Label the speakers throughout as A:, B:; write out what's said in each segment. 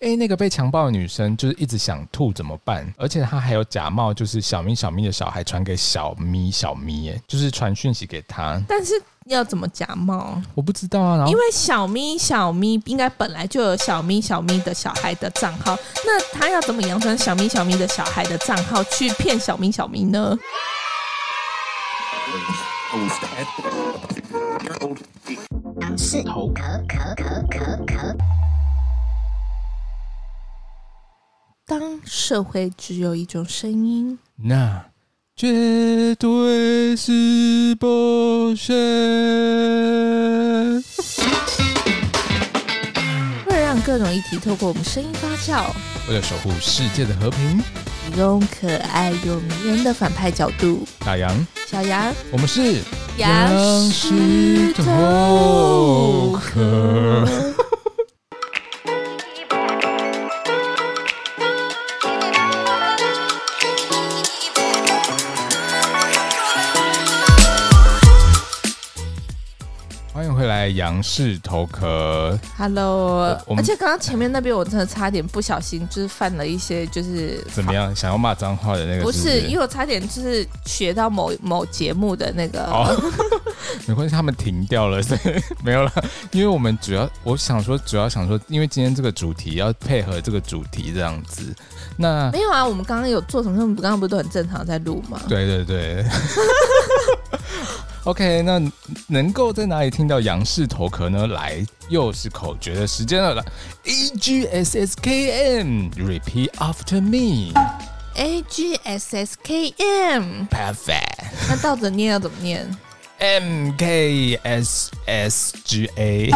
A: 哎，那个被强暴的女生就是一直想吐怎么办？而且她还有假冒就是小咪小咪的小孩传给小咪小咪，哎，就是传讯息给她。
B: 但是要怎么假冒？
A: 我不知道啊，然后
B: 因为小咪小咪应该本来就有小咪小咪的小孩的账号，那他要怎么养成小咪小咪的小孩的账号去骗小咪小咪呢？
C: 是头壳壳壳壳壳。
B: 当社会只有一种声音，
A: 那绝对是不是？
B: 为了让各种议题透过我们声音发酵，
A: 为了守护世界的和平，
B: 提供可爱又迷人的反派角度，
A: 大洋，
B: 小羊
A: 我们是
B: 杨石头壳。
A: 欢迎回来，杨氏头壳。
B: Hello，
A: 我
B: 而
A: 们
B: 且刚刚前面那边我真的差点不小心就是犯了一些就是
A: 怎么样？想要骂脏话的那个
B: 不
A: 是
B: 是，因为
A: 为
B: 我差点就是学到某某节目的那个，
A: 哦，没关系，他们停掉了，所以 没有了。因为我们主要，我想说，主要想说，因为今天这个主题要配合这个主题这样子。那
B: 没有啊，我们刚刚有做什么？我们刚刚不是都很正常在录吗？
A: 对对对。OK，那能够在哪里听到杨氏头壳呢？来，又是口诀的时间了，来，A G S S K M，repeat after me，perfect。
B: A G S S K M，那倒着念要怎么 念？
A: M K S S G A，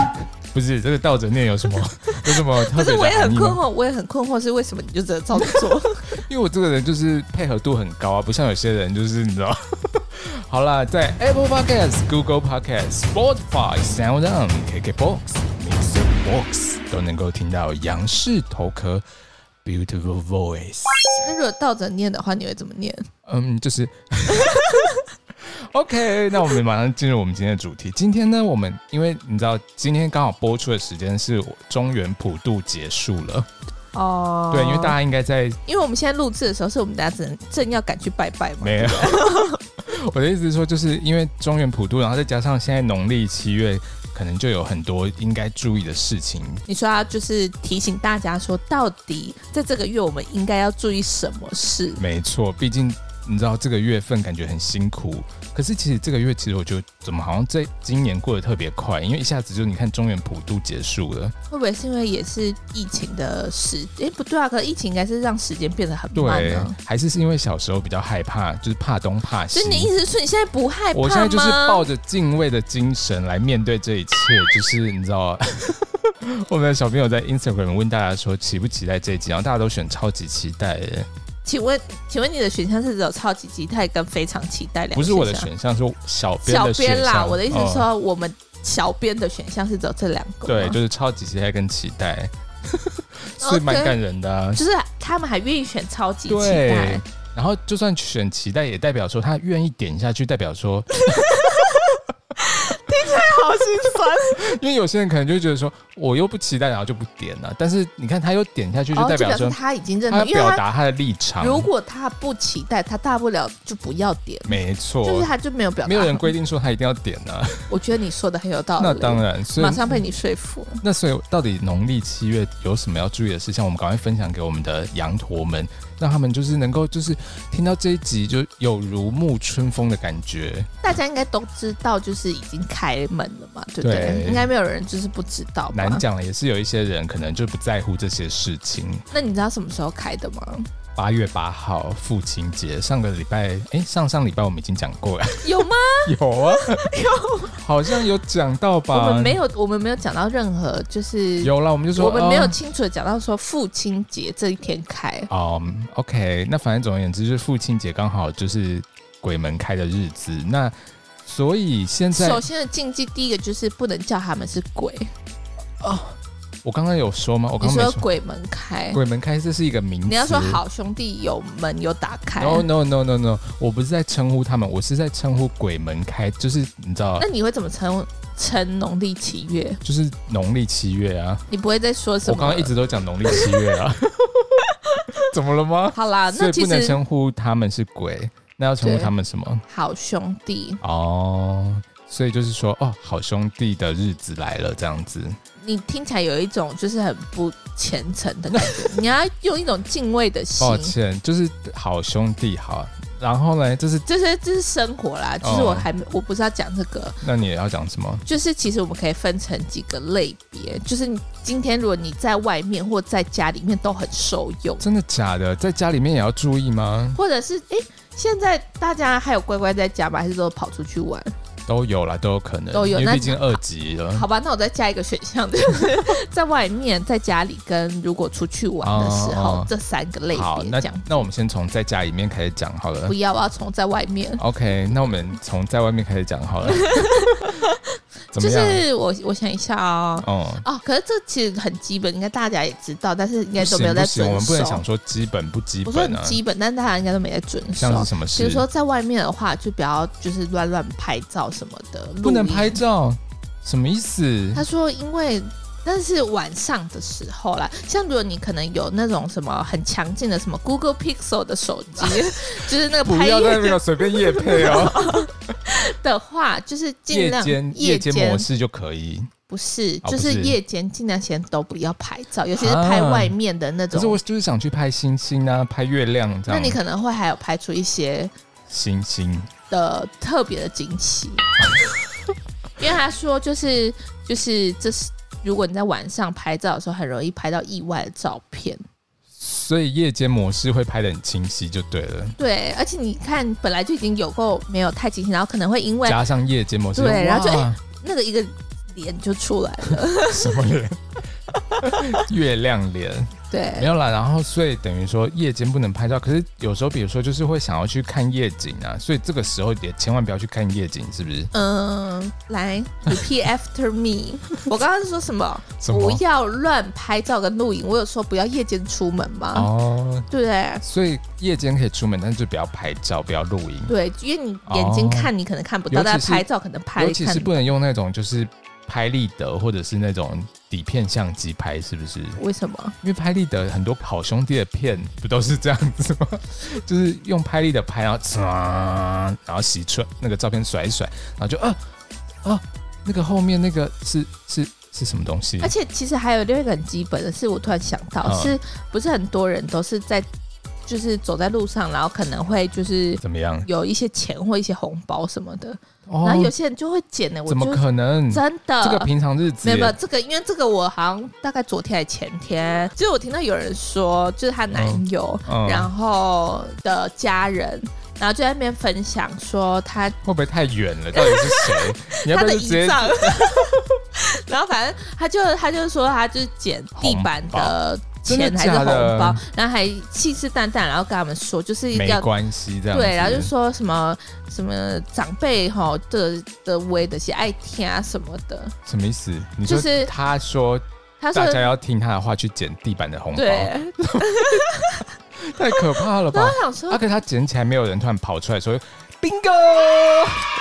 A: 不 是这个倒着念有什么有什么
B: 可
A: 特
B: 是
A: 别
B: 我
A: 的
B: 也
A: 含
B: 很
A: 义
B: 困
A: 吗？
B: 惑，我也很困惑，是为什么你就只能照着做？
A: 因为我这个人就是配合度很高啊，不像有些人就是你知道。 好啦，在 Apple Podcasts、Google Podcasts、Spotify、Sound On、KKBox、Mixer Box 都能够听到杨氏头壳 Beautiful Voice。
B: 那如果倒着念的话，你会怎么念？
A: 嗯，就是 OK。那我 们马上进入我们今天的主题。今天呢，我们因为你知道，今天刚好播出的时间是中原普渡结束了，
B: 哦
A: 对，因为大家应该在
B: 因为我们现在录制的时候，是我们大家正正要赶去拜拜嘛。
A: 没有。 我的意思是说，就是因为中原普渡，然后再加上现在农历七月，可能就有很多应该注意的事情。
B: 你说要就是提醒大家说，到底在这个月我们应该要注意什么事？
A: 没错，毕竟你知道这个月份感觉很辛苦，可是其实这个月其实我觉得怎么好像这今年过得特别快，因为一下子就你看中原普渡结束了。
B: 会不会是因为也是疫情的时？哎，不对啊，可能疫情应该是让时间变得很慢
A: 对
B: 啊。，
A: 还是是因为小时候比较害怕，就是怕东怕西
B: 所以。你意思是你现在不害怕吗？
A: 我现在就是抱着敬畏的精神来面对这一切，就是你知道， 我们的小朋友在 Instagram 问大家说期不期待这一集，然后大家都选超级期待耶，
B: 请问，请问你的选项是只有超级期待跟非常期待两个？
A: 不是我的，选项，是小编
B: 小
A: 的选
B: 编
A: 项。
B: 啦。我的意思是
A: 嗯
B: 说，我们小编的选项是只有这两个吗。
A: 对，就是超级期待跟期 待，是蛮
B: OK
A: 感人的啊、
B: 就是他们还愿意选超级期待
A: 对。，然后就算选期待，也代表说他愿意点下去，代表说
B: 好心酸。
A: 因为有些人可能就会觉得说，我又不期待，然后就不点了。但是你看他又点下去，就
B: 哦，
A: 代
B: 就
A: 表
B: 表
A: 说
B: 示他已经认
A: 他
B: 同，因为
A: 表
B: 他
A: 达他的立场。
B: 如果他不期待，他大不了就不要点，
A: 没错，
B: 就是他就没有表达。
A: 没有人规定说他一定要点啊。
B: 我觉得你说的很有道理。
A: 那当，然，所以
B: 马上被你说服。
A: 那所以到底农历七月有什么要注意的事项？我们赶快分享给我们的羊驼们，让他们就是能够就是听到这一集就有如沐春风的感觉。
B: 大家应该都知道，就是已经开门了嘛，对不对？
A: 对
B: 应该没有人就是不知道吧。
A: 难讲了，也是有一些人可能就不在乎这些事情。
B: 那你知道什么时候开的吗？
A: 八月八号父亲节，上个礼拜哎、上上礼拜我们已经讲过了。
B: 有吗？
A: 有 啊，有，好像有讲到
B: 我
A: 吧？
B: 们没有，我们没有讲到任何，就是
A: 有啦，我们就说
B: 我们没有
A: 哦
B: 清楚的讲到说父亲节这一天开。
A: 哦、o k 那反正总而言之，就是父亲节刚好就是鬼门开的日子。那所以现在
B: 首先的禁忌，第一个就是不能叫他们是鬼，
A: 我刚刚有说吗？我
B: 你
A: 刚刚没
B: 说
A: 说。
B: 鬼门开，
A: 鬼门开这是一个名词。
B: 你要说好兄弟有门有打开，
A: ？No No No No No，我不是在称呼他们，我是在称呼鬼门开，就是你知道
B: 那，你会怎么称称农历七月？
A: 就是农历七月啊。
B: 你不会再说什
A: 我
B: 么？
A: 刚刚一直都讲农历七月 啊，怎么了吗？
B: 好啦，
A: 所
B: 那
A: 以
B: 其
A: 不能
B: 实
A: 称呼他们是鬼，那要称呼
B: 对
A: 他们什么？
B: 好兄弟，
A: 哦，所以就是说，哦，好兄弟的日子来了，这样子。
B: 你听起来有一种就是很不虔诚的感 觉，你要用一种敬畏的心。
A: 抱歉，就是好兄弟好。然后呢，这是
B: 这是这是生活啦，就是
A: 哦
B: 我还没、我不是要讲这个，
A: 那你也要讲什么？
B: 就是其实我们可以分成几个类别，就是你今天如果你在外面或在家里面都很受用，
A: 真的假的？在家里面也要注意吗？
B: 或者是诶，现在大家还有乖乖在家吗？还是都跑出去玩？
A: 都有啦，都有可能，
B: 都有
A: 因为
B: 那
A: 毕竟二级了。
B: 好吧，那我再加一个选项，就是 在外面、在家里跟如果出去玩的时候，
A: 哦哦
B: 这三个类
A: 好，
B: 别
A: 那
B: 这样。
A: 那我们先从在家里面开始讲好了
B: 不。要，我要从在外
A: 哦
B: 面。
A: OK，那我们从在外面开始讲 好了。怎
B: 就
A: 么样？
B: 是我我想一下哦。
A: 哦，
B: 哦，可是这其实很基本，应该大家也知道，但是应该
A: 不
B: 都没有
A: 行不
B: 在遵
A: 行，
B: 守。
A: 我们不能想说基本不基
B: 我说
A: 本
B: 很
A: 啊。
B: 基本，但大家应该都没在遵守。
A: 像是什么事
B: 比如说在外面的话，就不要就是乱乱拍照什么的，
A: 不能
B: 录影
A: 拍。照，什么意思？
B: 他说，因为但是晚上的时候啦，像如果你可能有那种什么很强劲的什么 Google Pixel 的手 机，就是那个
A: 不
B: 拍
A: 要在
B: 夜
A: 那个随便夜配 哦，
B: 的话，就是尽
A: 夜
B: 量
A: 间夜间模式就可以。
B: 不是，
A: 哦
B: 就
A: 不
B: 是
A: 是
B: 夜间尽量先都不要拍照，尤其是拍
A: 啊
B: 外面的那
A: 可是
B: 种。
A: 我就是想去拍星星啊，拍月亮这
B: 那
A: 样。
B: 你可能会还有拍出一些
A: 星星
B: 的特别的惊喜， 因为他说就是就是这是如果你在晚上拍照的时候，很容易拍到意外的照片。
A: 所以夜间模式会拍的很清晰就对了，
B: 对，而且你看本来就已经有够没有太清晰，然后可能会因为
A: 加上夜间模式，
B: 对然后就
A: 哇
B: 那个一个脸就出来了。
A: 什么脸？ 月亮脸没
B: 对，
A: 有啦，然后所以等于说夜间不能拍照，可是有时候比如说就是会想要去看夜景啊，所以这个时候也千万不要去看夜景，是不是？
B: 嗯，来 repeat after me。我 刚刚是说什么？
A: 什么
B: 不要乱拍照跟录影。我有说不要夜间出门吗？
A: 哦，
B: 对不对？
A: 所以夜间可以出门，但是就不要拍照，不要录影。
B: 对，因为你眼睛
A: 哦
B: 看你可能看不到，
A: 尤其
B: 但
A: 是
B: 拍照可能拍
A: 尤其
B: 看
A: 是不能用那种就是拍立得或者是那种底片相机拍，是不是？
B: 为什么？
A: 因为拍立得很多好兄弟的片不都是这样子吗？ 就是用拍立得拍，然后唰，然后洗出来那个照片甩一甩，然后就啊啊，那个后面那个是是是什么东西
B: 而？且其实还有另外一个很基本的是，我突然想到，
A: 嗯
B: 是不是很多人都是在就是走在路上，然后可能会就是
A: 怎么样？
B: 有一些钱或一些红包什么的，
A: 哦
B: 然后有些人就会捡呢、我
A: 怎么
B: 就
A: 可能？
B: 真的
A: 这个平常日子
B: 没
A: 也
B: 有没有这个，因为这个我好像大概昨天还前天，就是我听到有人说，就是她男友，
A: 嗯嗯
B: 然后的家人。然后就在那边分享说他
A: 会不会太远了？到底是谁？ 你要
B: 他
A: 不要就
B: 的
A: 直接
B: 遗仗。 然后反正他就他就说他就是捡地板的
A: 红包真
B: 钱
A: 的
B: 还是
A: 假
B: 红
A: 的
B: 包，然后还信誓旦旦，然后跟他们说就是
A: 没
B: 要
A: 关系这样子？
B: 对，然后就说什么什么长辈吼的的为的些爱听啊什么的。
A: 什么意思？你
B: 就
A: 说
B: 是
A: 他说
B: 他说
A: 大家要听他的话去捡地板的红包，
B: 对，
A: 太可怕了吧
B: 然后？我想
A: 啊，
B: 说
A: 可是他捡起来，没有人突然跑出来说 bingo，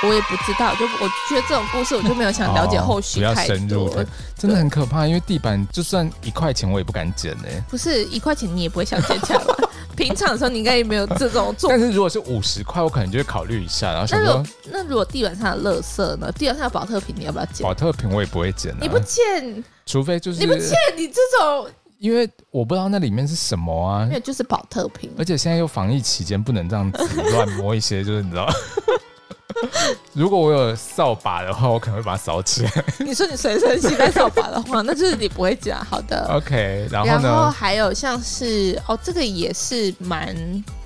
B: 我也不知道，就我觉得这种故事我就没有想 了解
A: 哦
B: 后续
A: 不要
B: 太
A: 深入
B: 多。
A: 的，真的很可怕。因为地板就算一块钱，我也不敢捡呢、
B: 不是一块钱你也不会想捡起来 吧？平常的时候你应该也没有这种做
A: 但是如果是五十块，我可能就会考虑一下，然后
B: 那
A: 想
B: 如
A: 说
B: 果那如果地板上的垃圾呢？地板上的保特瓶你要不要捡？
A: 保特瓶我也不会捡、啊，
B: 你不捡，
A: 除非就是
B: 你不捡，你这种
A: 因为我不知道那里面是什么啊
B: 没。有就是保特瓶。
A: 而且现在又防疫期间，不能这样子乱摸一些，就是你知道。 如果我有扫把的话，我可能会把它扫起来。
B: 你说你随身携带扫把的话，那就是你不会捡。好的，
A: OK，然后
B: 然后
A: 呢？
B: 还有像是哦，这个也是蛮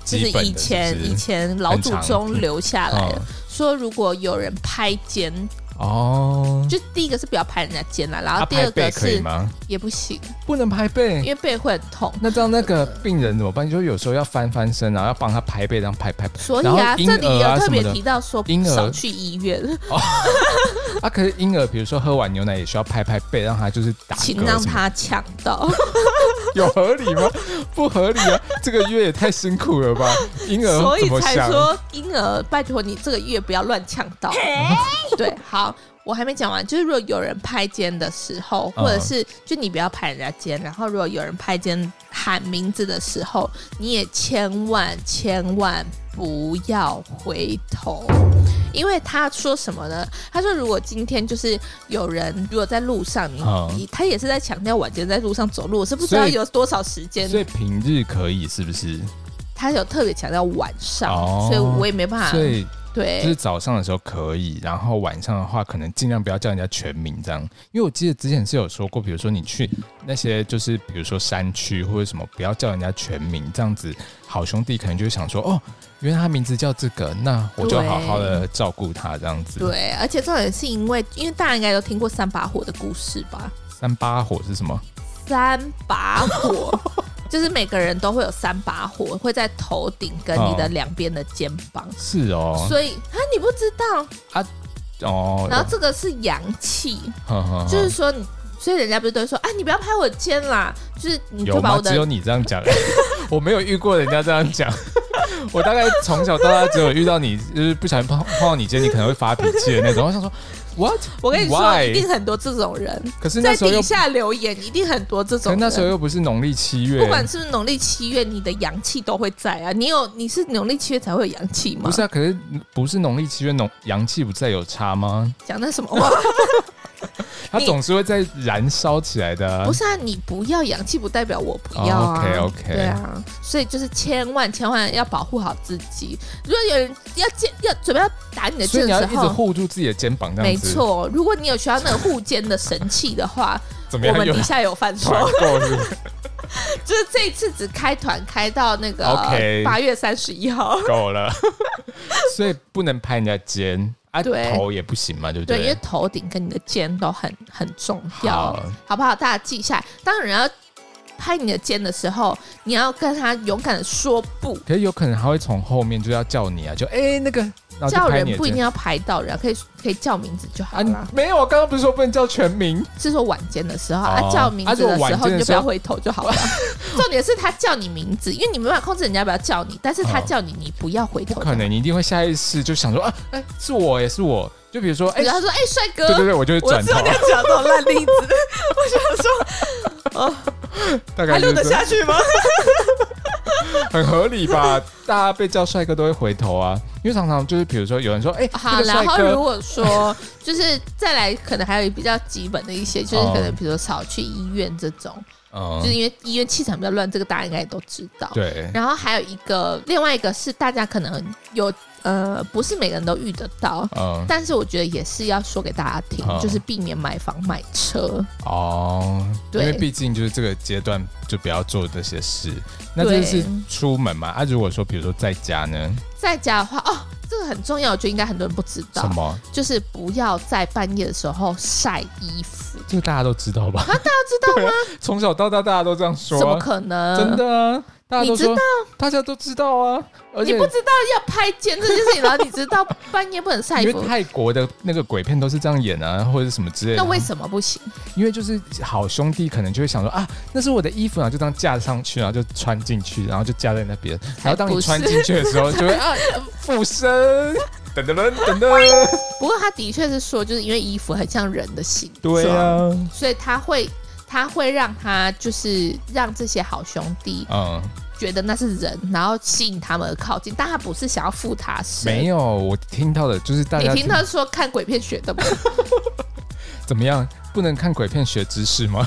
B: 就是
A: 基本的
B: 以前
A: 是不是
B: 以前老祖
A: 很常
B: 宗留下来的
A: 嗯，
B: 说如果有人拍肩
A: 哦，
B: 就第一个是不要拍人家肩啦，然
A: 啊
B: 后第
A: 拍
B: 二
A: 背
B: 个
A: 可以
B: 是
A: 吗？
B: 也不行，
A: 不能拍背
B: 因，为背会很痛。
A: 那这样那个病人怎么办？就是有时候要翻翻身，啊然后要帮他拍背，这样拍拍。
B: 所以
A: 然后
B: 啊，
A: 婴
B: 这里
A: 儿啊
B: 有特
A: 什么
B: 别
A: 的
B: 提到说
A: 婴儿哦
B: 少去医院，
A: 啊，可是婴儿比如说喝完牛奶也需要拍拍背，让他就是打嗝什
B: 请
A: 么的。
B: 让他呛到。
A: 有合理吗？ 不合理啊！这个月也太辛苦了吧？婴
B: 所
A: 儿怎
B: 以
A: 么
B: 才
A: 想？
B: 说婴儿，拜托你这个月不要乱呛到。 对，好，我还没讲完，就是如果有人拍肩的时候，
A: 嗯
B: 或者是就你不要拍人家肩，然后如果有人拍肩喊名字的时候，你也千万千万不要回头。因为他说什么呢？他说，如果今天就是有人如果在路上，你、
A: 嗯
B: 你他也是在强调晚间在路上走路，我是不知道
A: 所以
B: 有多少时间
A: 所以平日可以是不是？
B: 他有特别强调晚上，
A: 哦
B: 所以我也没办法。
A: 所以就是
B: 对，
A: 早上的时候可以，然后晚上的话可能尽量不要叫人家全名这样，因为我记得之前是有说过，比如说你去那些就是比如说山区或者什么，不要叫人家全名，这样子好兄弟可能就会想说哦，原来他名字叫这个，那我就好好的照顾他这样子。，
B: 对，而且重点是因为，因为大家应该都听过三把火的故事吧？
A: 三八火是什么？
B: 三把火 就是每个人都会有三把火，会在头顶跟你的
A: 哦
B: 两边的肩膀。
A: 是哦，
B: 所以啊，你不知道，
A: 哦，
B: 然后这个是阳气，
A: 呵呵呵
B: 就是说你，所以人家不是都会说，啊，你不要拍我肩啦，就是你
A: 有
B: 就把
A: 吗？
B: 我
A: 只有
B: 的，
A: 你这样讲， 我没有遇过人家这样讲。 我大概从小到大只有遇到你，就是不小心碰碰到你肩，你可能会发脾气的那种。我想说，what？
B: 我跟你说，
A: Why？
B: 一定很多这种人，
A: 可是那
B: 在
A: 时候又
B: 底，下留言一定很多这
A: 可
B: 种
A: 是
B: 人。
A: 那时候又不是农历七月，
B: 不管是不是农历七月，你的阳气都会在啊。你有你是农历七月才会有阳气吗？
A: 不是啊？可是不是农历七月，农阳气不在有差吗？
B: 讲那什么话？
A: 它
B: 你
A: 总是会在燃烧起来 的啊、
B: 不是啊，你不要阳气，不代表我不要
A: 哦
B: 啊。
A: ，OK，OK
B: 对啊，所以就是千万千万要保护好自己。如果有人要见要准备要打你的
A: 所以
B: 剑
A: 你要
B: 的
A: 一
B: 时
A: 直
B: 候。
A: 护住自己的肩膀，这
B: 没
A: 样子。，
B: 错，如果你有需要那个护肩的神器的话，
A: 怎么
B: 我
A: 样？
B: 们
A: 有
B: 底下有贩售
A: 团，购是不是
B: 就是这一次只开团开到那个
A: OK
B: 八月三十一号，
A: 够了， 所以不能拍人家肩啊，
B: 对
A: 头也不行嘛，对不
B: 对，因为头顶跟你的肩都很很重要，
A: 好
B: 好不好？大家记下来。当人家拍你的肩的时候，你要跟他勇敢的说不。
A: 可是有可能他会从后面就要叫你啊，就哎、那个，然后就
B: 嗯叫
A: 拍
B: 人
A: 你的
B: 不一
A: 肩
B: 定要排到人，啊可以可以叫名字就好
A: 啊你
B: 了。，
A: 没有，我刚刚不是说不能叫全名，
B: 是说晚间的时候、
A: 哦
B: 啊，叫名字的时
A: 啊如果晚
B: 候
A: 间
B: 你
A: 的
B: 就
A: 时
B: 不
A: 候
B: 要回头就好了。 重点是他叫你名字，因为你没办法控制人家要不要叫你，但是他
A: 哦
B: 叫你，你不要回头。
A: 不可能，。你一定会下意识就想说啊，哎、是我也是我，就比如说哎、
B: 然后他说：“哎、帅哥。”
A: 对对对，我就会
B: 我
A: 转
B: 只有
A: 头，啊
B: 两讲这种烂例 子，
A: 大
B: 还
A: 概
B: 录
A: 就
B: 得
A: 是
B: 下去吗？
A: 很合理吧？大家被叫帅哥都会回头啊，因为常常就是比如说有人说哎、那
B: 好，
A: 个
B: 然
A: 帅
B: 后如
A: 哥，
B: 果说 就是再来，可能还有比较基本的一些，就是可能
A: 哦
B: 比如说少去医院这种，就是
A: 嗯，
B: 因为医院气场比较乱，这个大家应该也都知道。
A: 对，
B: 然后还有一个，另外一个是大家可能有呃，不是每个人都遇得到，
A: 嗯，
B: 但是我觉得也是要说给大家听，
A: 哦
B: 就是避免买房买车。
A: 哦，因
B: 对
A: 为毕竟就是这个阶段就不要做这些事，那这
B: 对
A: 是出门嘛？啊，如果说比如说在家呢，
B: 在家的话，哦，这个很重要，我觉得应该很多人不知
A: 什
B: 道，
A: 么？
B: 就是不要在半夜的时候晒衣服，
A: 这个大家都知道吧？
B: 知道吗？
A: 从小到大大家都这样说
B: 怎么
A: 啊，
B: 可能？
A: 真的啊，大家都
B: 你
A: 说，大家都知道啊，而
B: 你
A: 且
B: 不知道要拍肩这件事情，然后你知道半夜不能晒
A: 因
B: 衣
A: 为
B: 服，
A: 泰国的那个鬼片都是这样演啊，或者是什么之类
B: 那
A: 的，
B: 为什么不行？
A: 因为就是好兄弟可能就会想说啊，那是我的衣服，然后就这样架上去，然后就穿进去，然后就架在那边，然后当你
B: 不是
A: 穿进去的时候，就会啊附身，等等等等等，
B: 不过他的确是说，就是因为衣服很像人的形状，
A: 对啊，
B: 所以他会他会让他就是让这些好兄弟
A: 嗯，
B: 觉得那是人，然后吸引他们而靠近，但他不是想要附他身。
A: 没有，我听到的就是大
B: 你
A: 家
B: 听他说看鬼片学 的吗？
A: 怎么样，不能看鬼片学知识吗？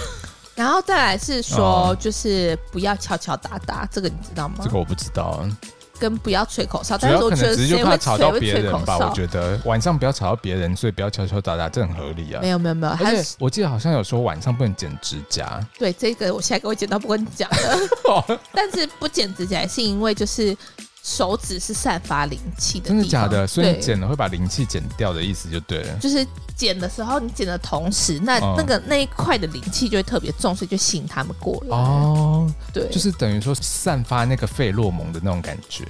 B: 然后再来是说
A: 哦，
B: 就是不要敲敲打打，这个你知道吗？
A: 这个我不知道啊。
B: 跟不要吹口哨，
A: 主
B: 但
A: 要
B: 是我
A: 可
B: 觉
A: 能
B: 得
A: 只是就
B: 谁
A: 怕
B: 会
A: 吵
B: 谁
A: 到
B: 会
A: 别
B: 吹
A: 人
B: 口
A: 吧，我
B: 哨？
A: 觉得晚上不要吵到别人，所以不要敲敲打打，这很合理啊
B: 没。有没有没有，还
A: 而
B: 有
A: 且我记得好像有说晚上不能剪指 甲，
B: 对这个，我下一个会剪到不跟你讲的。但是不剪指甲也是因为就是手指是散发灵气的地
A: 真
B: 方，
A: 的假的？所以你
B: 对
A: 剪了会把灵气剪掉的意思就对了。
B: 就是剪的时候，你剪的同时，那
A: 嗯
B: 那个、那一块的灵气就会特别重，所以就吸引他们过来。
A: 哦，
B: 对，
A: 就是等于说散发那个费洛蒙的那种感觉。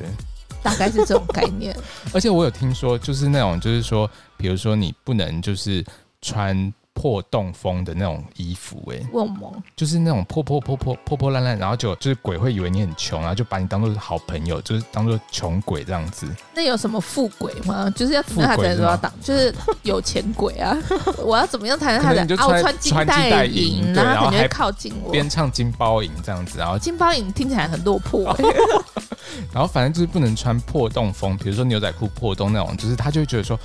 B: 大概是这种概念。
A: 而且我有听说，就是那种，就是说，比如说你不能就是穿破洞风的那种衣服、欸，
B: 问萌，
A: 就是那种破破破破破破烂烂，然后就就是鬼会以为你很穷，然后就把你当做好朋友，就是当做穷鬼这样子。
B: 那有什么富鬼吗？就是要怎么样他
A: 富鬼
B: 才能
A: 是
B: 够
A: 吗
B: 要当？就是有钱鬼 啊！我要怎么样才能他
A: 可能
B: 的
A: 你就
B: 啊？我
A: 穿
B: 穿金
A: 穿金戴
B: 带
A: 银
B: 银，
A: 对
B: 然
A: 然后
B: 后他肯定
A: 还
B: 会靠近我。
A: 边唱金包银这样子，然后
B: 金包银听起来很落魄、欸，
A: 哦然后反正就是不能穿破洞风，比如说牛仔裤破洞那种，就是他就会觉得说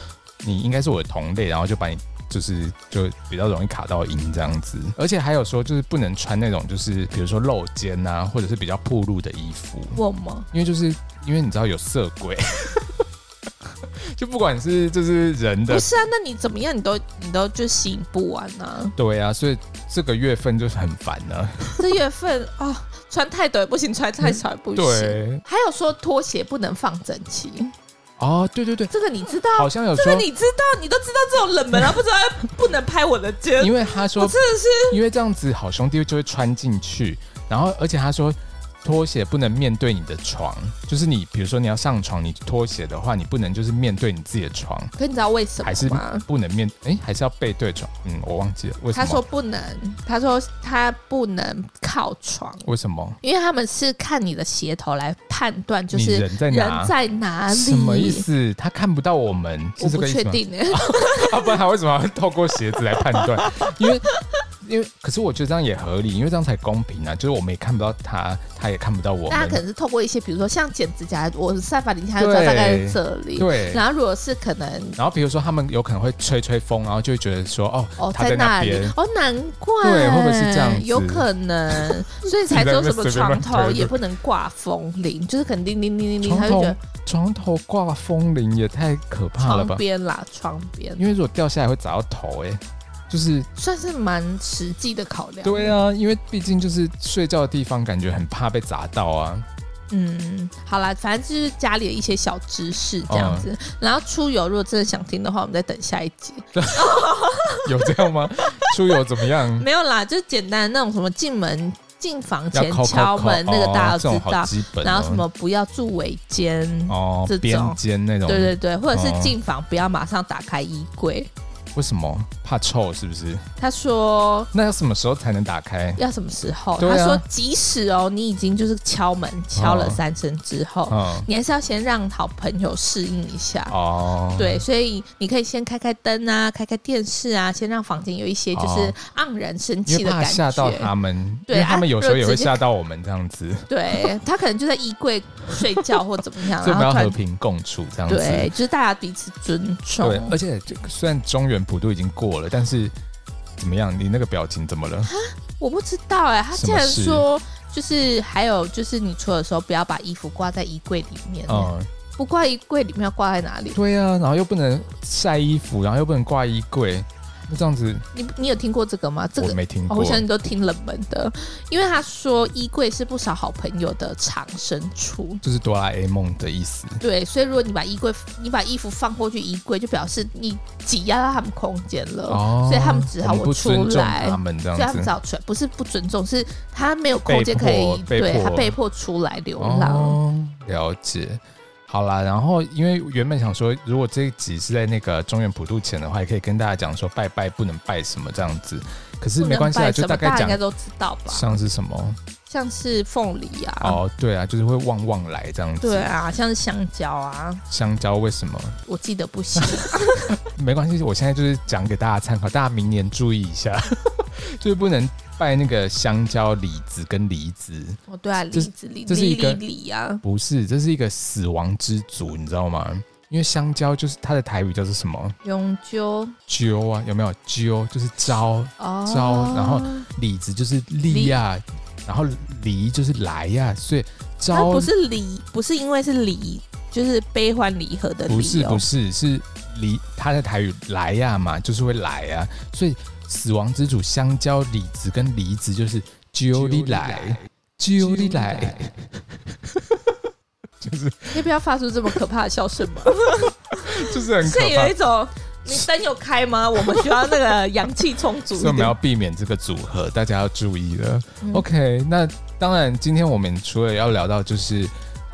A: 你应该是我的同类，然后就把你就是就比较容易卡到音这样子。而且还有说就是不能穿那种就是比如说露肩啊，或者是比较暴露的衣服，
B: 问 萌。
A: 因为就是因为你知道有色鬼。 就不管是就是人的。
B: 不是啊，那你怎么样，你都你都就吸引不完啊
A: 对啊，所以这个月份就是很烦呢、
B: 这月份啊、穿太短也不行，穿太少也不
A: 嗯
B: 行。
A: 对，
B: 还有说拖鞋不能放整齐，
A: 哦，对对对，
B: 这个你知道，
A: 好像有
B: 这个
A: 说，
B: 你知道，你都知道这种冷门 啊，不知道不能拍我的肩，
A: 因为他
B: 我
A: 说，
B: 真的是
A: 因为这样子好兄弟就会穿进去，然后而且他说。拖鞋不能面对你的床，就是你，比如说你要上床，你拖鞋的话，你不能就是面对你自己的床，
B: 可你知道为什
A: 还是
B: 么吗？
A: 不能面，哎、还是要背对床。嗯，我忘记了为什
B: 他
A: 么？
B: 说不能，他说他不能靠床，
A: 为什么？
B: 因为他们是看你的鞋头来判断，就
A: 你
B: 是
A: 人在哪
B: 人在哪里，
A: 什么意？思？他看不到我们，
B: 我
A: 是这
B: 不
A: 个意思
B: 确
A: 吗？
B: 定欸呢，
A: 啊，不然他为什么要透过鞋子来判 断？因为，因为，可是我觉得这样也合理，因为这样才公平啊！就是我们也看不到他，他也看不到我
B: 那他可
A: 们。
B: 能是透过一些，比如说像剪指甲，我的散发灵他就知道
A: 对
B: 大概在这里。
A: 对
B: 然后如果是可能
A: 然后比如说他们有可能会吹吹风，然后就会觉得说，哦，
B: 哦
A: 他
B: 在
A: 那
B: 里
A: 边。
B: 哦，难怪
A: 对会不会是这样子
B: 有可能，所 以才说什么
A: 自己在那边随便乱
B: 床
A: 推
B: 头也不能挂风铃，就是肯定叮叮叮叮，
A: 床
B: 他就觉
A: 头
B: 得
A: 床头挂风铃也太可怕了
B: 床
A: 吧？
B: 边啦，床边
A: 因为如果掉下来会砸到头、哎，就是
B: 算是蛮实际的考量。
A: 对，啊，因为毕竟就是睡觉的地方，感觉很怕被砸到啊。
B: 嗯，好啦，反正就是家里的一些小知识这样
A: 哦
B: 子。然后出游如果真的想听的话，我们再等下一集。
A: 有这样吗？ 出游怎么样？
B: 没有啦，就是简单的那种什么进门。进房
A: 要
B: 前
A: 抠抠
B: 敲门，
A: 抠
B: 那个
A: 哦
B: 大家
A: 这
B: 都
A: 种
B: 知
A: 好
B: 道。
A: 基本
B: 然后
A: 哦
B: 什么不要住围间，
A: 哦
B: 这，种
A: 边间那种，
B: 对对对，或者是
A: 哦
B: 进房不要马上打开衣柜。
A: 为什么怕臭？是不是？
B: 他说
A: 那要什么时候才能打开？
B: 要什么时候？
A: 对啊
B: 他说即使哦，你已经就是敲门敲了
A: 哦
B: 三声之后，
A: 嗯，
B: 你还是要先让好朋友适应一下。
A: 哦，，
B: 对，所以你可以先开开灯啊，开开电视啊，先让房间有一些就是
A: 哦
B: 盎然生
A: 因
B: 气
A: 为
B: 的
A: 怕
B: 感
A: 吓到
B: 觉。
A: 他们，
B: 对
A: 因为他
B: 啊
A: 们有时候也
B: 如果
A: 会
B: 直接
A: 吓到我们这样子，
B: 对他可能就在衣柜睡觉或怎么样，
A: 所以
B: 然
A: 我们
B: 后
A: 要
B: 突然
A: 和平共处这样子。
B: 对，就是大家彼此尊重。
A: 对，而且这个虽然中原普渡已经过了，但是怎么样？你那个表情怎 么了？
B: 我不知道哎、他
A: 什
B: 竟
A: 么
B: 然
A: 事
B: 说，就是还有就是你出的时候不要把衣服挂在衣柜里面，欸
A: 嗯，
B: 不挂衣柜里面要挂在哪里？
A: 对啊，然后又不能晒衣服，然后又不能挂衣柜，那这样子
B: 你你有听过这个吗？这
A: 我
B: 个。
A: 没听
B: 哦
A: 过
B: 我。想你都挺冷门的，因为他说衣柜是不少好朋友的藏身处，
A: 就是哆啦 A 梦的意思，
B: 对，所以如果你把衣柜你把衣服放过去衣柜，就表示你挤压到他们空间了，
A: 哦，
B: 所以他们只好
A: 我们不
B: 出
A: 尊重
B: 来，
A: 他们这
B: 所以他
A: 样
B: 们
A: 子
B: 只，好出来，不是不尊重，是他没有空间可以，
A: 被迫被
B: 对
A: 迫
B: 他被迫出来流浪。
A: 哦，了解。好啦，然后因为原本想说，如果这一集是在那个中原普渡前的话，也可以跟大家讲说拜拜不能拜什么这样子。可是
B: 不能
A: 没关系
B: 拜
A: 啊，就
B: 什么
A: 大概
B: 家应
A: 讲
B: 该都知道吧？
A: 像是什么
B: 像是凤梨啊，
A: 哦，对啊，就是会旺旺来这样子。
B: 对，啊，像是香蕉啊，
A: 香蕉为什么？
B: 我记得 不行。
A: 没关系，我现在就是讲给大家参考，大家明年注意一下， 就是不能拜那个香蕉、李子跟梨子，
B: 哦，对啊，
A: 这
B: 梨
A: 是
B: 子梨
A: 这是一
B: 梨
A: 个
B: 梨梨啊，
A: 不是，这是一个死亡之族，你知道吗？因为香蕉就是它的台语叫做什么？
B: 永久
A: 揪啊，有没有揪？就是招
B: 哦，
A: 招，然后李子就是利呀、然后梨就是来呀、所以
B: 它
A: 招
B: 不是梨，不是因为是梨，就是悲欢离合的离、哦，
A: 不是不是是梨，它的台语来呀、嘛，就是会来呀、所以死亡之主香蕉、李子跟梨子就是揪你来，揪你来，就是
B: 你不要发出这么可怕的笑声嘛，
A: 就是 很可
B: 是有一
A: 怕，
B: 种你灯有 开吗？我们需要那个阳气充足一
A: 所以我们要
B: 点。
A: 避免这个组合，大家要注意了。OK，那
B: 嗯
A: 当然，今天我们除了要聊到就是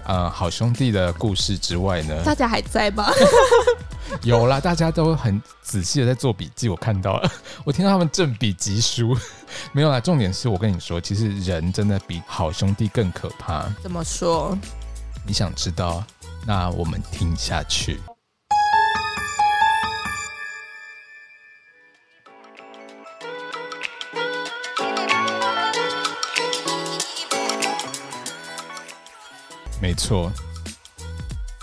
A: 呃好兄弟的故事之外呢，
B: 大家还在吗？
A: 有啦，大家都很仔细的在做笔记，我看到了， 我听到他们正笔疾书。 没有啦，重点是我跟你说，其实人真的比好兄弟更可怕。
B: 怎么说？
A: 你想知道？那我们听下去。没错，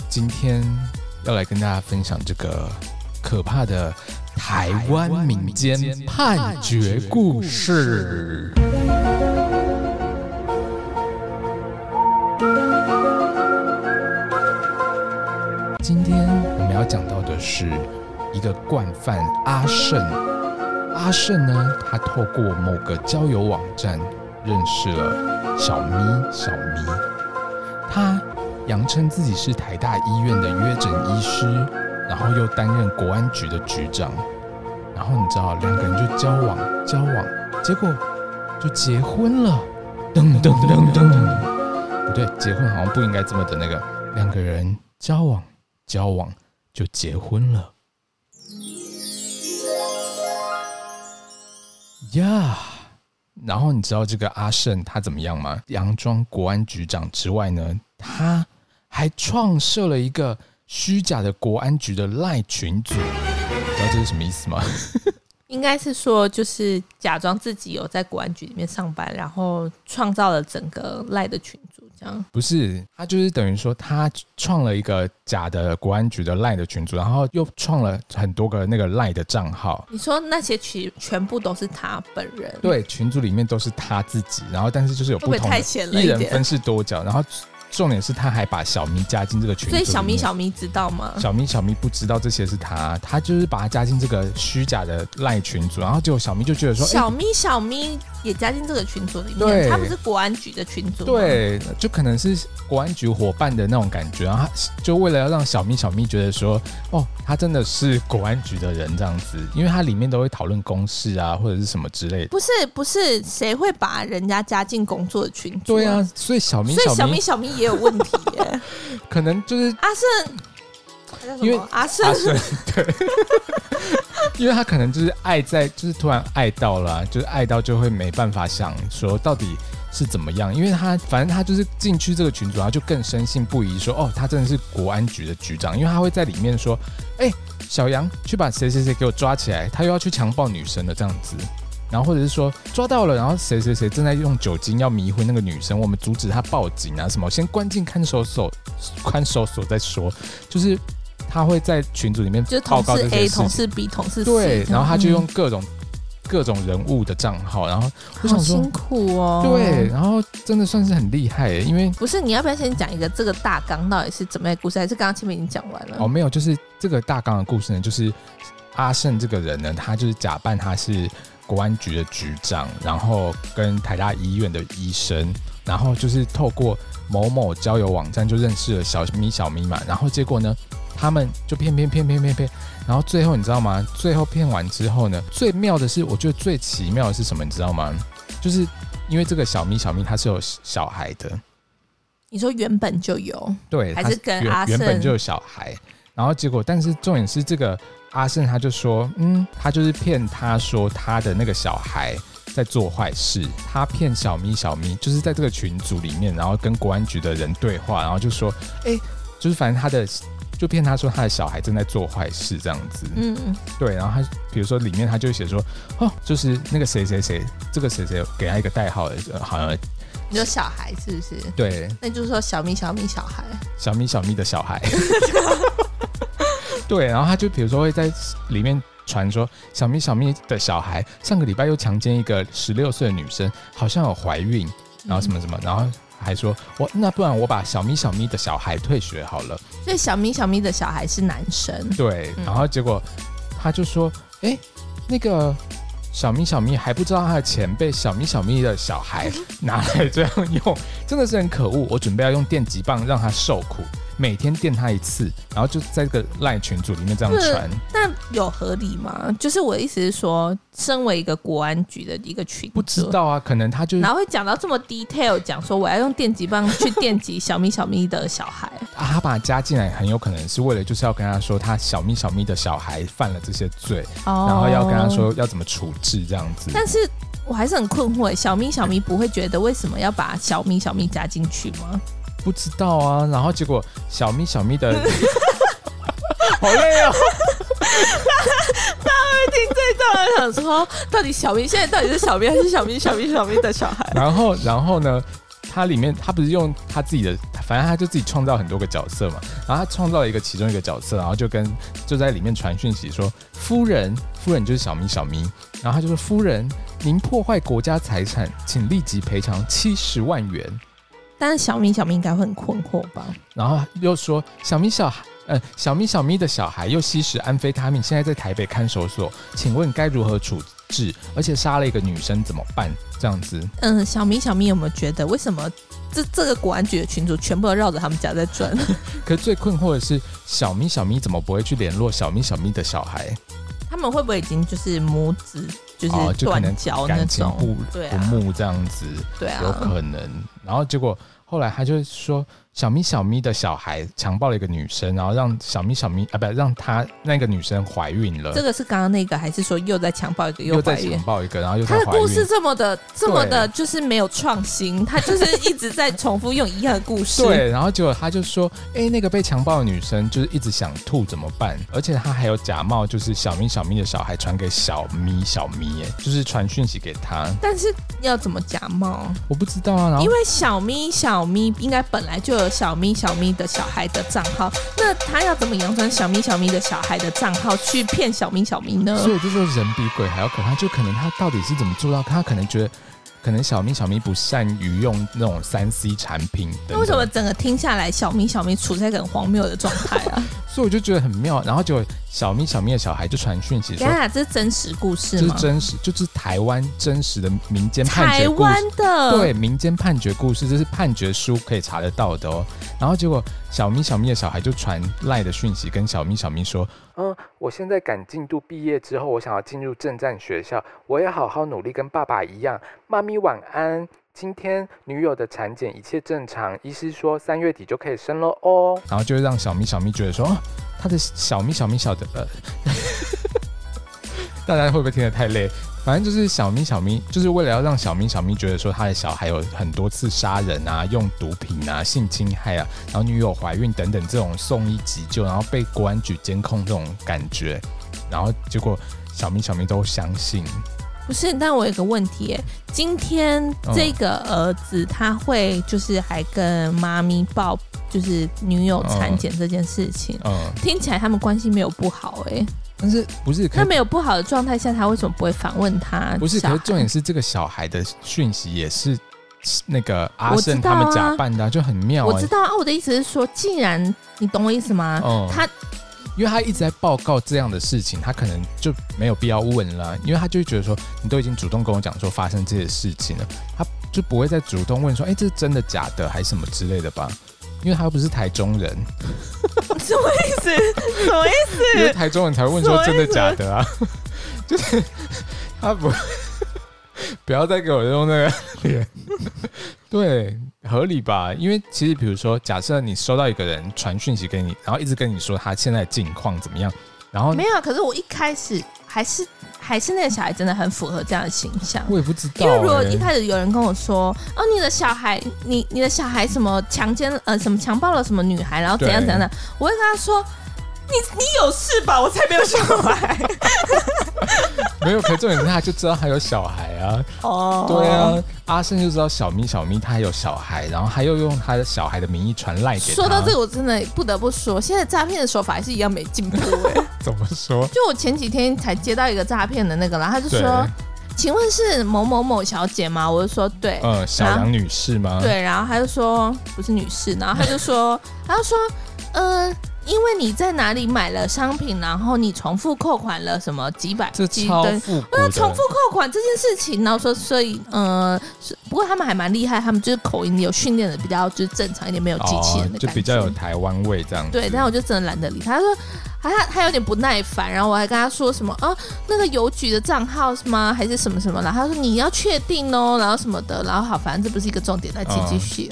A: 今天要来跟大家分享这个可怕的台湾民间判决故事。今天我们要讲到的是一个惯犯阿胜。阿胜呢，他透过某个交友网站认识了小咪。小咪，他扬称自己是台大医院的约诊医师，然后又担任国安局的局长。然后你知道，两个人就交往交往，结果就结婚了。噔噔噔噔噔，不对，结婚好像不应该这么的那个。两个人交往交往就结婚了。呀、然后你知道这个阿胜他怎么样吗？佯装国安局长之外呢，他还创设了一个虚假的国安局的赖群组，你知道这是什么意思吗？
B: 应该是说，就是假装自己有在国安局里面上班，然后创造了整个赖的群组，这样
A: 不是，他就是等于说他创了一个假的国安局的赖的群组，然后又创了很多个那个赖的账号，
B: 你说那些群全部都是他本人，，
A: 对，群组里面都是他自己，然后但是就是有
B: 会
A: 不
B: 不会
A: 同
B: 太
A: 的，
B: 显了
A: 一
B: 一
A: 人
B: 点？
A: 分饰多角，然后重点是他还把小咪加进这个群组
B: 所
A: 里
B: 以
A: 面，
B: 小咪小咪知道吗？
A: 小咪小咪不知道这些是他，他就是把他加进这个虚假的赖群组，然后结果小咪就觉得说，哎、
B: 小咪小咪也加进这个群组里面，
A: 对
B: 他不是国安局的群组吗，
A: 对，就可能是国安局伙伴的那种感觉，然后他就为了要让小咪小咪觉得说，哦，他真的是国安局的人这样子，因为他里面都会讨论公事啊或者是什么之类的。
B: 不是不是，谁会把人家加进工作的群组？
A: 对啊，，所以小咪
B: 所以小
A: 小咪
B: 咪小咪也有问题 耶。
A: 可能就是
B: 阿胜，他叫什
A: 因为
B: 么？阿
A: 阿
B: 胜，
A: 生，对， 因为他可能就是爱在，就是突然爱到了啊、就是爱到就会没办法想说到底是怎么样，因为他反正他就是进去这个群组，他就更深信不疑说，哦，他真的是国安局的局长，因为他会在里面说，哎、小杨去把谁谁谁给我抓起来，他又要去强暴女生了这样子。然后或者是说抓到了，然后谁谁谁正在用酒精要迷昏那个女生，我们阻止他报警啊什么，先关进看守所，看守所再说。就是他会在群组里面
B: 就是
A: 报
B: 同
A: 告这
B: 事
A: 些
B: A、
A: 事
B: 同
A: 情，
B: 事嗯 B、同事 C，
A: 对，
B: 这样
A: 然后他就用各种、各种人物的账号，然后我
B: 好
A: 想说
B: 辛，苦哦。
A: 对，，然后真的算是很厉害耶，因为
B: 不是你要不要先讲一个这个大纲到底是怎么样的故事？还是刚刚前面已经讲完了？
A: 哦，没有，就是这个大纲的故事呢，就是阿胜这个人呢，他就是假扮他是国安局的局长，然后跟台大医院的医生，然后就是透过某某交友网站就认识了小咪小咪嘛，然后结果呢，他们就骗骗骗骗骗骗，然后最后你知道吗？最后骗完之后呢，最妙的是，我觉得最奇妙的是什么？你知道吗？就是因为这个小咪小咪她是有小孩的，
B: 你说原本就有，
A: 对，
B: 还
A: 他
B: 是跟
A: 原
B: 阿
A: 原本
B: 胜
A: 就有小孩，然后结果，但是重点是这个阿胜他就说，嗯，他就是骗他说他的那个小孩在做坏事，他骗小咪小咪，就是在这个群组里面，然后跟国安局的人对话，然后就说，哎、就是反正他的就骗他说他的小孩正在做坏事这样子，
B: 嗯，
A: 对，然后他比如说里面他就写说，哦，就是那个谁谁谁，这个谁谁给他一个代号，呃好像
B: 你说小孩是不是？
A: 对，
B: 那就是说小咪小咪小孩，
A: 小咪小咪的小孩。对，然后他就比如说会在里面传说小咪小咪的小孩上个礼拜又强奸一个十六岁的女生，好像有怀孕，然后什么什么，然后还说我那不然我把小咪小咪的小孩退学好了。
B: 嗯所以小咪小咪的小孩是男生，
A: 对，
B: 嗯
A: 然后结果他就说，哎、那个小咪小咪还不知道他的钱被小咪小咪的小孩
B: 嗯
A: 拿来这样用，真的是很可恶。我准备要用电击棒让他受苦，每天电他一次，然后就在这个赖群组里面这样
B: 是
A: 传。
B: 但有合理吗？就是我的意思是说，身为一个国安局的一个群，
A: 不知。道啊，可能他就是
B: 然后会讲到这么 detail，讲说我要用电击棒去电击小咪小咪的小孩，
A: 啊他把他加进来，很有可能是为了就是要跟他说他小咪小咪的小孩犯了这些罪，然
B: 哦
A: 后要跟他。说要怎么处置这样子。
B: 但是我还是很困惑，欸小咪小咪不会觉得为什么要把小咪小咪加进去吗？
A: 不知道啊，然后结果小咪小咪的， 好累哦。
B: 听这一段我想说，到底小咪现在到底是小咪还是小咪小咪小咪的小孩？
A: 然后，然后呢，他里面他不是用他自己的，反正他就自己创造很多个角色嘛。然后他创造了一个其中一个角色，然后就跟就在里面传讯息说：“夫人，夫人就是小咪小咪。”然后他就说：“夫人，您破坏国家财产，请立即赔偿七十万元。”
B: 但是小咪小咪应该会很困惑吧？
A: 然后又说小咪小孩，呃，小咪小咪的小孩又吸食安非他命，现在在台北看守所，请问该如何处置？而且杀了一个女生怎么办？这样子，
B: 嗯，小明小明有没有觉得为什么这这个国安局的群主全部都绕着他们家在 转？
A: 可是最困惑的是小咪小咪怎么不会去联络小咪小咪的小孩？
B: 他们会不会已经就是母子就
A: 哦
B: 是
A: 就可能
B: 断交那
A: 感情
B: 种？
A: 不
B: 对
A: 不
B: 啊，
A: 睦这样子，
B: 对
A: 有
B: 啊，
A: 可能。然后结果后来他就说小咪小咪的小孩强暴了一个女生，然后让小咪小咪啊不让她那个女生怀孕了
B: 这，个是刚刚那个，还是说又在强暴一个
A: 又再
B: 怀
A: 强
B: 孕？
A: 暴一个，然后又
B: 他
A: 再
B: 的
A: 怀
B: 故
A: 孕
B: 事。这么的这么的，就是没有创新，他就是一直在重复用一样的故事。
A: 对，然后结果他就说：“哎、那个被强暴的女生就是一直想吐，怎么办？而且他还有假冒，就是小咪小咪的小孩传给小咪小咪，哎，就是传讯息给他。
B: 但是要怎么假冒？
A: 我不知道啊，然后
B: 因为小咪小咪应该本来就有小咪小咪的小孩的账号，那他要怎么养成小咪小咪的小孩的账号去骗小咪小咪呢？
A: 所以呃我就说人比鬼还要啊可怕，就可能他到底是怎么做到？他可能觉得，可能小咪小咪不善于用那种三 C 产品等等。
B: 那为什么？整个听下来，小明小明处在一个很荒谬的状态啊？
A: 所以我就觉得很妙。然后结果小咪小咪的小孩就传讯息说
B: 等一。下，这是真实故事
A: 这是
B: 吗？
A: 真实，就是台湾真实的民间判
B: 台
A: 决故事
B: 湾，的，
A: 对民间判决故事，这是判决书可以查得到的哦。然后结果小咪小咪的小孩就传赖的讯息跟小咪小咪说：“嗯，我现在赶进度毕业之后，我想要进入正战学校，我也好好努力，跟爸爸一样。妈咪晚安。”今天女友的产检一切正常，医师说三月底就可以生了哦。然后就会让小咪小咪觉得说，哦他的小咪小咪小的呃， 大家会不会听得太累？反正就是小咪小咪，就是为了要让小咪小咪觉得说他的小孩有很多次杀人啊、用毒品啊、性侵害啊，然后女友怀孕等等这种送医急救，然后被国安局监控这种感觉，然后结果小咪小咪都相信，
B: 不是？但我有个问题耶，今天
A: 嗯
B: 这个儿子他会就是还跟妈咪报就是女友产检这件事情。
A: 嗯，
B: 听起来他们关系没有不好哎、
A: 但是不是
B: 那
A: 可
B: 没有不好的状态下，他为什么不会反问他？
A: 不是，
B: 小
A: 可
B: 孩
A: 是重点是这个小孩的讯息也是是那个阿
B: 我知
A: 胜
B: 道
A: 他们
B: 啊
A: 假扮的啊、就很妙、欸，
B: 我知道啊啊，我的意思是说，既然你懂我意思吗？
A: 嗯
B: 他
A: 因为他一直在报告这样的事情，他可能就没有必要问了，啊因为他就会觉得说，你都已经主动跟我讲说发生这些事情了，他就不会再主动问说，哎、这是真的假的还是什么之类的吧？因为他又不是台中人，
B: 什么意思？什么意
A: 因为
B: 思？
A: 台中人才会问说
B: 什
A: 真
B: 么
A: 的
B: 意思
A: 假的啊，就是他不 不要再给我用那个 脸，对，合理吧？因为其实比如说，假设你收到一个人传讯息给你，然后一直跟你说他现在的近况怎么样，然后
B: 没有啊，可是我一开始还是还是那个小孩真的很符合这样的形象。
A: 我也不知道、
B: 因
A: 欸，
B: 为如果一开始有人跟我说，哦，你的小孩，你你的小孩什么强奸呃什么强暴了什么女孩，然后怎样
A: 对
B: 怎样的，我会跟他说，你你有事吧？我才没有小孩
A: 没有，可是重点是他就知道他有小孩啊，
B: 哦。
A: 对啊，阿胜就知道小咪小咪他有小孩，然后他又用他的小孩的名义传赖给他。
B: 说到这个，我真的不得不说，现在诈骗的手法还是一样没进步 哎、
A: 怎么说？
B: 就我前几天才接到一个诈骗的那个，然后他就
A: 对，
B: 说：“哎请问是某某某小姐吗？”我就说：“对。
A: 呃，小杨女士吗？，
B: 对，然后他就说：“不是女士。”然后他就说：“他就说，嗯、因为你在哪里买了商品，然后你重复扣款了什么几百
A: 这
B: 几
A: 超
B: 等
A: 复古
B: 我要
A: 的，
B: 重复扣款这件事情，然后说，所以，呃，是不过他们还蛮厉害，他们就是口音有训练的比较就是正常一点，没有机器人的感
A: 哦就
B: 觉，
A: 比较有台湾味这样 子。
B: 对，但我就真的懒得理他。他说，啊他他有点不耐烦，然后我还跟他说什么，啊，那个邮局的账号是吗？还是什么什么？然后他说你要确定哦，然后什么的，然后好，反正这不是一个重点，那请
A: 嗯
B: 继续。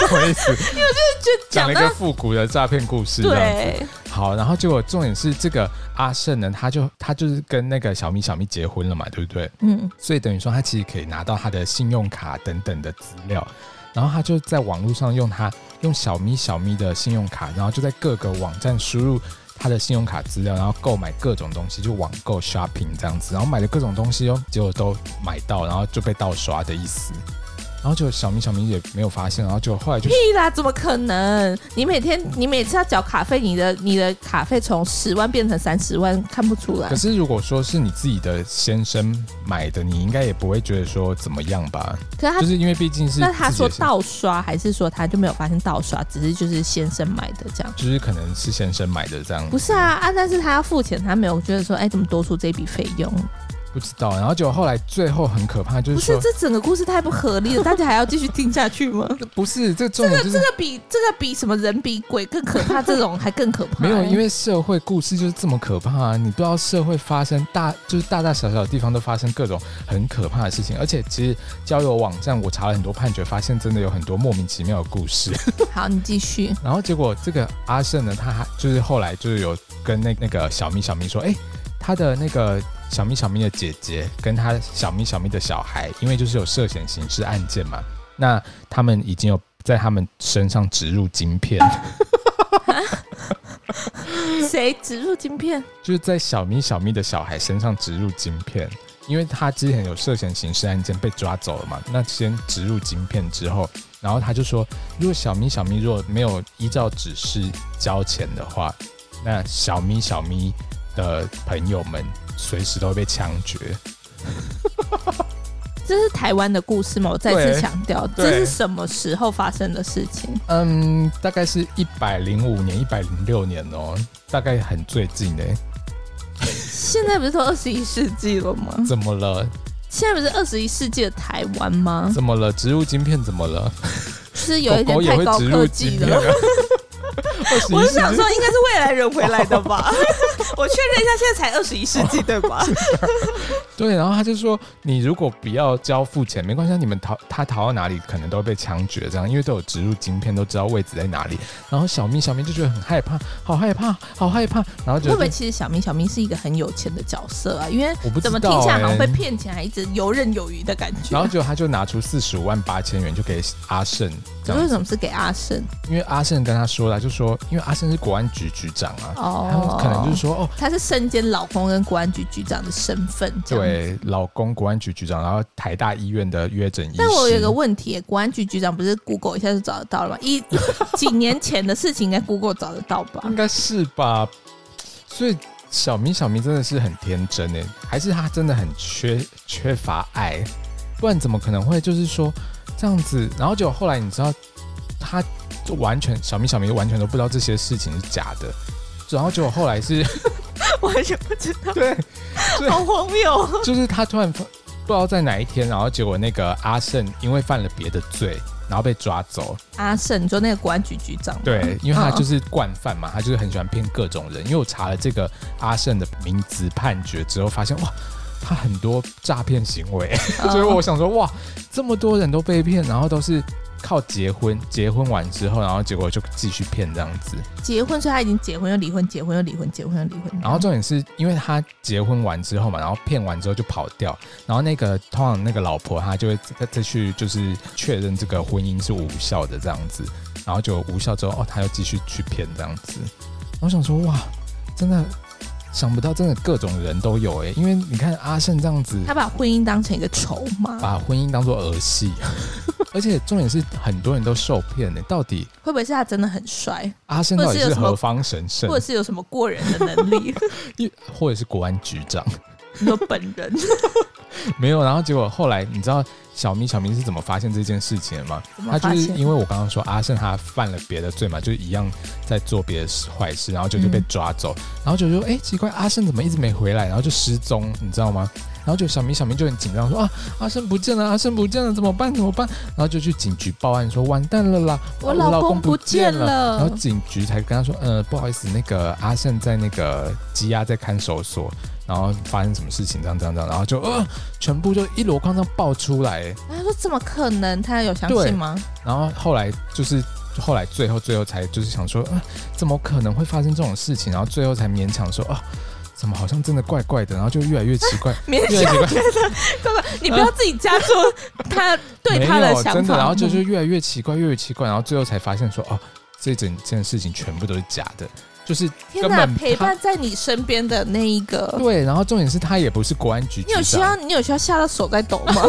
A: 什么意 思？
B: 就
A: 讲
B: 讲
A: 了一
B: 到
A: 个复古的诈骗故事，这样子。
B: 对，
A: 好，然后结果重点是这个阿胜呢，他就他就是跟那个小咪小咪结婚了嘛，对不对？
B: 嗯，
A: 所以等于说他其实可以拿到他的信用卡等等的资料，然后他就在网络上用他用小咪小咪的信用卡，然后就在各个网站输入他的信用卡资料，然后购买各种东西，就网购 shopping 这样子，然后买了各种东西哦，结果都买到，然后就被盗刷的意思。然后就小咪小咪也没有发现，然后就后来就
B: 屁啦，怎么可能？你每天你每次要缴卡费，你的你的卡费从十万变成三十万，看不出来
A: 可。是如果说是你自己的先生买的，你应该也不会觉得说怎么样吧？
B: 可是他
A: 就是因为毕竟是
B: 那他
A: 自己
B: 说
A: 的先
B: 盗刷，还是说他就没有发现盗刷，只是就是先生买的这样？
A: 就是可能是先生买的这样，
B: 不是啊啊！但是他要付钱，他没有觉得说，哎、怎么多出这笔费用？
A: 不知道。然后结果后来最后很可怕，就
B: 不
A: 是说
B: 是，这整个故事太不合理了，大家还要继续听下去吗？
A: 这不是这个重点就是、
B: 这比这个比什么人比鬼更可怕，这种还更可怕、欸
A: 没有，因
B: 为
A: 为社会故事就是这么可怕、啊，你不知道社会发生大就是大大小小的地方都发生各种很可怕的事情，而且其实交友网站我查了很多判决，发现真的有很多莫名其妙的故事。
B: 好，你继续。
A: 然后结果这个阿胜呢，他还就是后来就是有跟那那个小咪小咪说，哎，他的那个小咪小咪的姐姐跟他小咪小咪的小孩，因为就是有涉嫌刑事案件嘛，那他们已经有在他们身上植入晶片，
B: 谁植入晶片？
A: 就是在小咪小咪的小孩身上植入晶片。因为他之前有涉嫌刑事案件被抓走了嘛，那先植入晶片之后，然后他就说，如果小咪小咪如果没有依照指示交钱的话，那小咪小咪的朋友们随时都会被枪决。
B: 这是台湾的故事吗？我再
A: 对
B: 次强调，
A: 对
B: 这是什么时候发生的事情？
A: 嗯，大概是一百零五年、一百零六年哦，大概很最近欸诶、
B: 现在不是都二十一世纪了吗？
A: 怎么了？
B: 现在不是二十一世纪的台湾吗？
A: 怎么了？植入晶片怎么了？
B: 是有
A: 狗
B: 一点
A: 狗也
B: 太
A: 会
B: 高
A: 植入
B: 科
A: 晶
B: 技
A: 片
B: 了
A: 啊。。二十
B: 我
A: 一
B: 是
A: 世
B: 想
A: 纪
B: 说，应该是未来人回来 的吧？ 我确认一下，现在才二十一世纪，对吧？
A: 对，然后他就说，你如果不要交付钱，没关系，你们逃他逃到哪里，可能都会被枪决，这样，因为都有植入晶片，都知道位置在哪里。然后小咪小咪就觉得很害怕，好害怕，好害怕，然后
B: 会
A: 就
B: 不会其实小明小明是一个很有钱的角色啊？因为
A: 我不知道
B: 怎么听起来好像
A: 欸
B: 被骗钱，啊还一直游刃有余的感觉。
A: 然后结果他就拿出四十五万八千元就给阿胜，这
B: 可是为
A: 样，
B: 什么是给阿胜？
A: 因为阿胜跟他说了，就说因为阿胜是国安局局长啊，
B: 哦
A: 他可能就是说哦，
B: 他是身兼老公跟国安局局长的身份，这样。
A: 对，老公国安局局长，然后台大医院的约诊医师，
B: 但我有一个问题欸，国安局局长不是 Google 一下就找得到了吗？ 一几年前的事情，应该 Google 找得到吧？
A: 应该是吧。所以小明小明真的是很天真诶，还是他真的很缺缺乏爱？不然怎么可能会就是说这样子？然后结果后来你知道，他就完全小明小明完全都不知道这些事情是假的。然后结果后来是，
B: 我完全不知道
A: 对，对
B: 好荒谬哦。
A: 就是他突然不知道在哪一天，然后结果那个阿胜因为犯了别的罪，然后被抓走。
B: 阿胜，你说那个国安局局长吗？
A: 对，因为他
B: 嗯
A: 就是惯犯嘛，他就是很喜欢骗各种人。因为我查了这个阿胜的名字判决之后，发现哇，他很多诈骗行为，
B: 嗯
A: 所以我想说哇，这么多人都被骗，然后都是靠结婚，结婚完之后，然后结果就继续骗这样子。
B: 嗯结婚，所以他已经结婚又离婚，结婚又离婚，结婚又离婚。
A: 然后重点是因为他结婚完之后嘛，然后骗完之后就跑掉，然后那个通常那个老婆她就会再再去就是确认这个婚姻是无效的这样子，然后就无效之后哦，他又继续去骗这样子。然后我想说哇，真的想不到，真的各种人都有哎、因为你看阿胜这样子，
B: 他把婚姻当成一个筹码，
A: 把婚姻当做儿 戏，而且重点是很多人都受骗的、到底
B: 会不会是他真的很帅，
A: 阿胜到底
B: 或者是有
A: 是
B: 什么
A: 何方神圣
B: 或，者是有 什么过人的能力？
A: 或者是国安局长？
B: 你说本人
A: 没有，然后结果后来你知道小明小明是怎么发现这件事情的吗？
B: 怎么
A: 他
B: 发
A: 就是
B: 现
A: 因为我刚刚说阿胜他犯了别的罪嘛，就是一样在做别的事坏事，然后就
B: 嗯
A: 就被抓走，然后就说哎、诶奇怪阿胜怎么一直没回来，然后就失踪，你知道吗？然后就小明小明就很紧张说啊阿胜不见了阿胜不见了怎么办怎么办？然后就去警局报案说完蛋了啦，
B: 我老公不见了
A: 然后警局才跟他说呃不好意思那个阿胜在那个羁押在看守所。然后发生什么事情，这样这样这样，然后就呃，全部就一箩筐这样爆出来。
B: 他说怎么可能？他有相
A: 对
B: 信吗？
A: 然后后来就是后来最后最后才就是想说，啊，怎么可能会发生这种事情？然后最后才勉强说，啊，怎么好像真的怪怪的？然后就越来越奇 怪，
B: 勉
A: 越来
B: 强
A: 越
B: 觉
A: 奇
B: 得，哥哥，你不要自己加注 他对
A: 怪，
B: 他
A: 没有
B: 想
A: 真
B: 法，嗯
A: 的，然后就是越来越奇怪，越来越奇怪，然后最后才发现说，哦、这整件事情全部都是假的，就是
B: 天
A: 根
B: 哪，
A: 本
B: 陪
A: 他
B: 伴在你身边的那一个，
A: 对，然后重点是他也不是国安局
B: 你
A: 局
B: 有需要
A: 长，
B: 你有需要吓到手在抖吗？